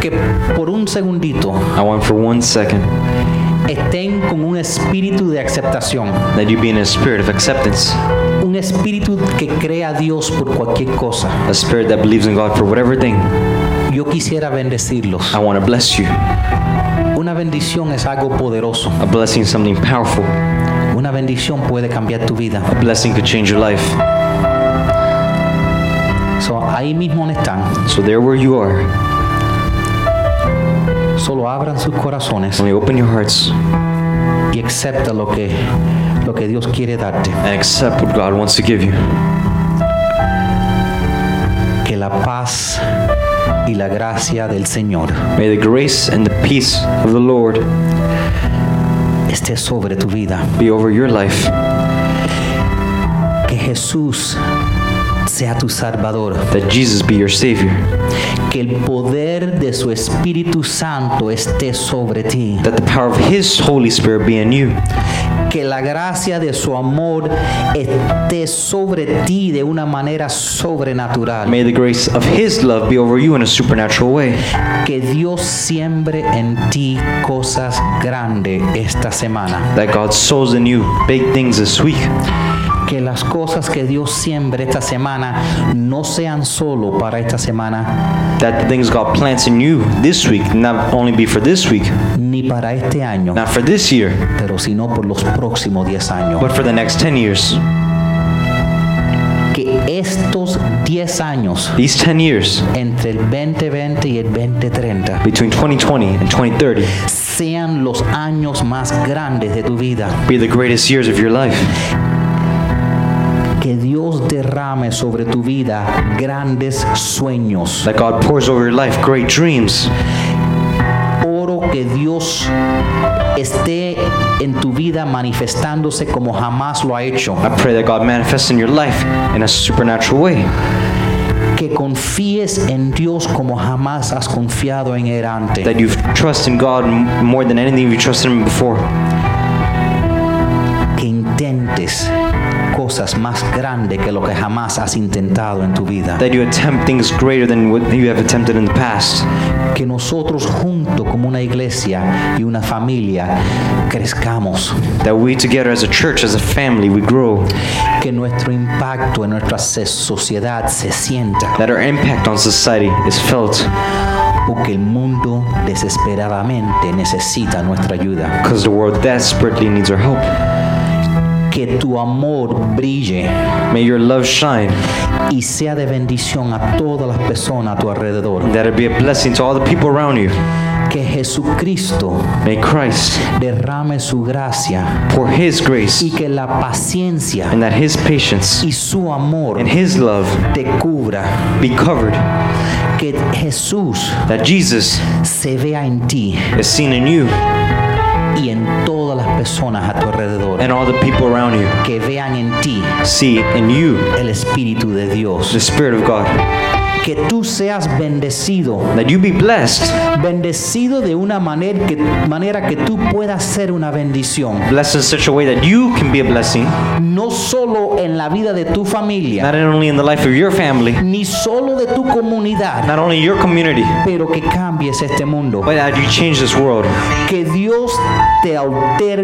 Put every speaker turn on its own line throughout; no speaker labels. que por un segundito
I want for one second
estén con un espíritu de aceptación,
that you be in a spirit of acceptance,
un espíritu que crea a Dios por cualquier cosa.
a spirit that believes in God for whatever thing.
Yo quisiera bendecirlos.
I want to bless you.
Una bendición es algo poderoso.
A blessing is something powerful.
Una bendición puede cambiar tu vida.
A blessing could change your life.
So, ahí mismo donde están,
So there where you are,
solo abran sus corazones
only open your hearts
y acepta lo que, lo que Dios quiere darte.
and accept what God wants to give you.
Que la paz y la gracia del Señor
May the grace and the peace of the Lord
esté sobre tu vida.
be over your life.
Que Jesús sea tu Salvador.
That Jesus be your Savior.
Que el poder de su Espíritu Santo esté sobre ti.
That the power of His Holy Spirit be in you.
Que la gracia de su amor esté sobre ti de una manera sobrenatural.
May the grace of His love be over you in a supernatural way.
Que Dios siembre en ti cosas grandes esta semana.
That God sows in you big things this week.
Que las cosas que Dios siembre esta semana no sean solo para esta semana,
That the things God plants in you this week not only be for this week,
ni para este año,
not for this year,
pero sino por los próximos 10 años.
but for the next 10 years.
Que estos 10 años,
These 10 years,
entre el 2020 y el 2030,
between 2020 and 2030,
sean los años más grandes de tu vida.
be the greatest years of your life.
Que Dios derrame sobre tu vida grandes sueños.
That God pours over your life great dreams.
Oro que Dios esté en tu vida manifestándose como jamás lo ha hecho.
I pray that God manifests in your life in a supernatural way.
Que confíes en Dios como jamás has confiado en Él antes.
That you trust in God m- more than anything you trusted Him before.
Que intentes cosas más grandes que lo que jamás has intentado en tu vida.
That you attempt things greater than what you have attempted in the past.
Que nosotros juntos como una iglesia y una familia crezcamos.
That we together as a church, as a family, we grow.
que nuestro impacto en nuestra se- sociedad se sienta
That our impact on society is felt.
porque el mundo desesperadamente necesita nuestra ayuda.
Because the world desperately needs our help.
Que tu amor brille
May your love shine.
y sea de bendición a todas las personas a tu alrededor.
That it be a blessing to all the people around you.
Que Jesucristo
May Christ
derrame su gracia
pour His grace
y que la paciencia
and that His patience
y su amor
and His love
te cubra.
be covered.
Que Jesús
That Jesus
se vea en ti
is seen in you
y en todas las personas a tu alrededor.
and all the people around you.
Que vean en ti
See in you
el Espíritu de Dios.
the Spirit of God.
que tú seas bendecido.
That you be blessed.
Bendecido de una manera que, manera que tú puedas ser una bendición.
Blessed in such a way that you can be a blessing.
No solo en la vida de tu familia,
Not only in the life of your family,
ni solo de tu comunidad,
not only your community,
pero que cambies este mundo.
but that you change this world.
Que Dios te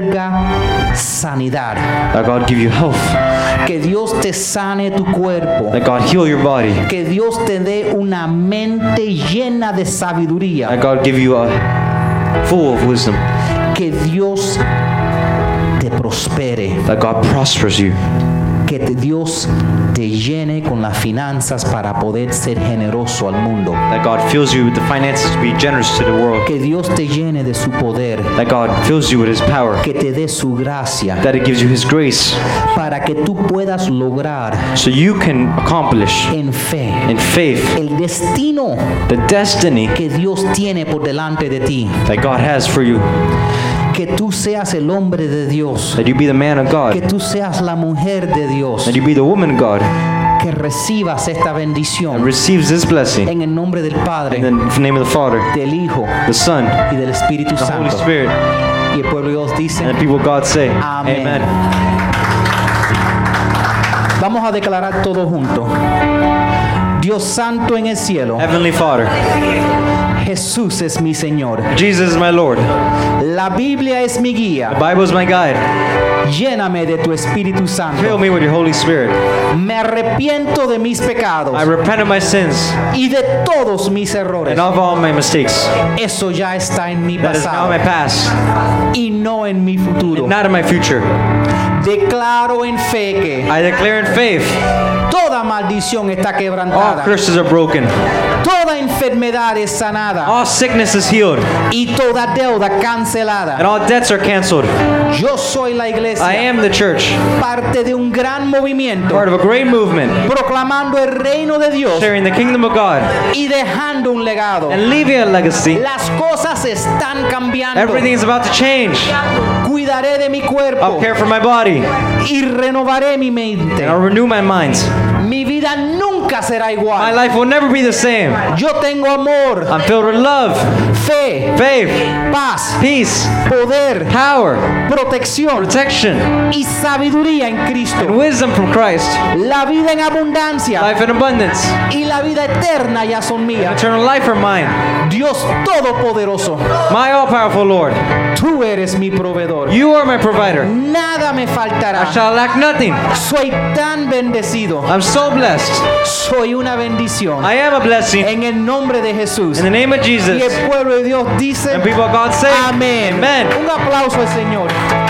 otorga sanidad.
That God give you health.
Que Dios te sane tu cuerpo.
That God heal your body.
Que Dios te dé una mente llena de sabiduría.
That God give you a full of wisdom.
Que Dios te prospere.
That God prospers you.
Que te- Dios te llene con las finanzas para poder ser generoso al mundo.
That God fills you with the finances to be generous to the world.
Que Dios te llene de su poder.
That God fills you with His power.
Que te dé su gracia
That it gives you His grace
para que tú puedas lograr
so you can accomplish
en fe
in faith
el destino
the destiny
que Dios tiene por delante de ti.
that God has for you.
Que tú seas el hombre de Dios.
That you be the man of
Que
God.
tú seas la mujer de Dios.
That you be the woman of God.
Que recibas esta
That
bendición
receives this blessing.
en el nombre del
In
Padre,
the name of the Father,
del Hijo
the Son,
y del Espíritu
the Holy
Santo.
Spirit.
Y el pueblo de Dios dice.
And the people of God say,
Amén.
Amen.
Vamos a declarar todos juntos. Dios santo en el cielo,
Heavenly Father,
Jesús es mi Señor.
Jesus is my Lord. The
La Biblia es mi guía.
Bible is my guide.
Lléname de tu Espíritu
Fill
Santo.
me with your Holy Spirit.
Me arrepiento de mis pecados
I repent of my sins
y de todos mis errores.
and of all my mistakes.
Eso ya está en mi
That is now
pasado
my past,
y no en mi futuro.
not in my future.
Declaro en fe que
I declare in faith
toda maldición está
all
quebrantada,
curses are broken,
toda enfermedad es sanada
all sickness is healed,
y toda deuda
and
cancelada.
all debts are canceled.
Yo soy la
I
iglesia,
am the church,
parte de un gran movimiento,
part of a great movement,
proclamando el reino de Dios
sharing the kingdom of God
y dejando un legado.
and leaving a legacy.
Las cosas están cambiando.
Everything is about to change.
Cuidaré de mi cuerpo
I'll care for my body and
y renovaré mi mente.
I'll renew my mind.
Mi vida nunca será
My
igual.
life will never be the same.
Yo tengo amor,
I'm filled with love,
fe,
faith,
paz,
peace,
poder,
power,
protección
protection,
y sabiduría en
and
Cristo.
wisdom from Christ.
La vida en abundancia
Life in abundance,
y la vida eterna ya son mías.
eternal life are mine.
Dios Todopoderoso,
My all powerful Lord,
tú eres mi proveedor.
you are my provider.
Nada me faltará.
I shall lack nothing.
Soy tan bendecido.
I'm so blessed.
Soy una bendición.
I am a blessing.
En el nombre de Jesús.
In the name of
Y
Jesus.
el pueblo de Dios dice,
And people of God say,
amén.
Amen.
Un aplauso al Señor.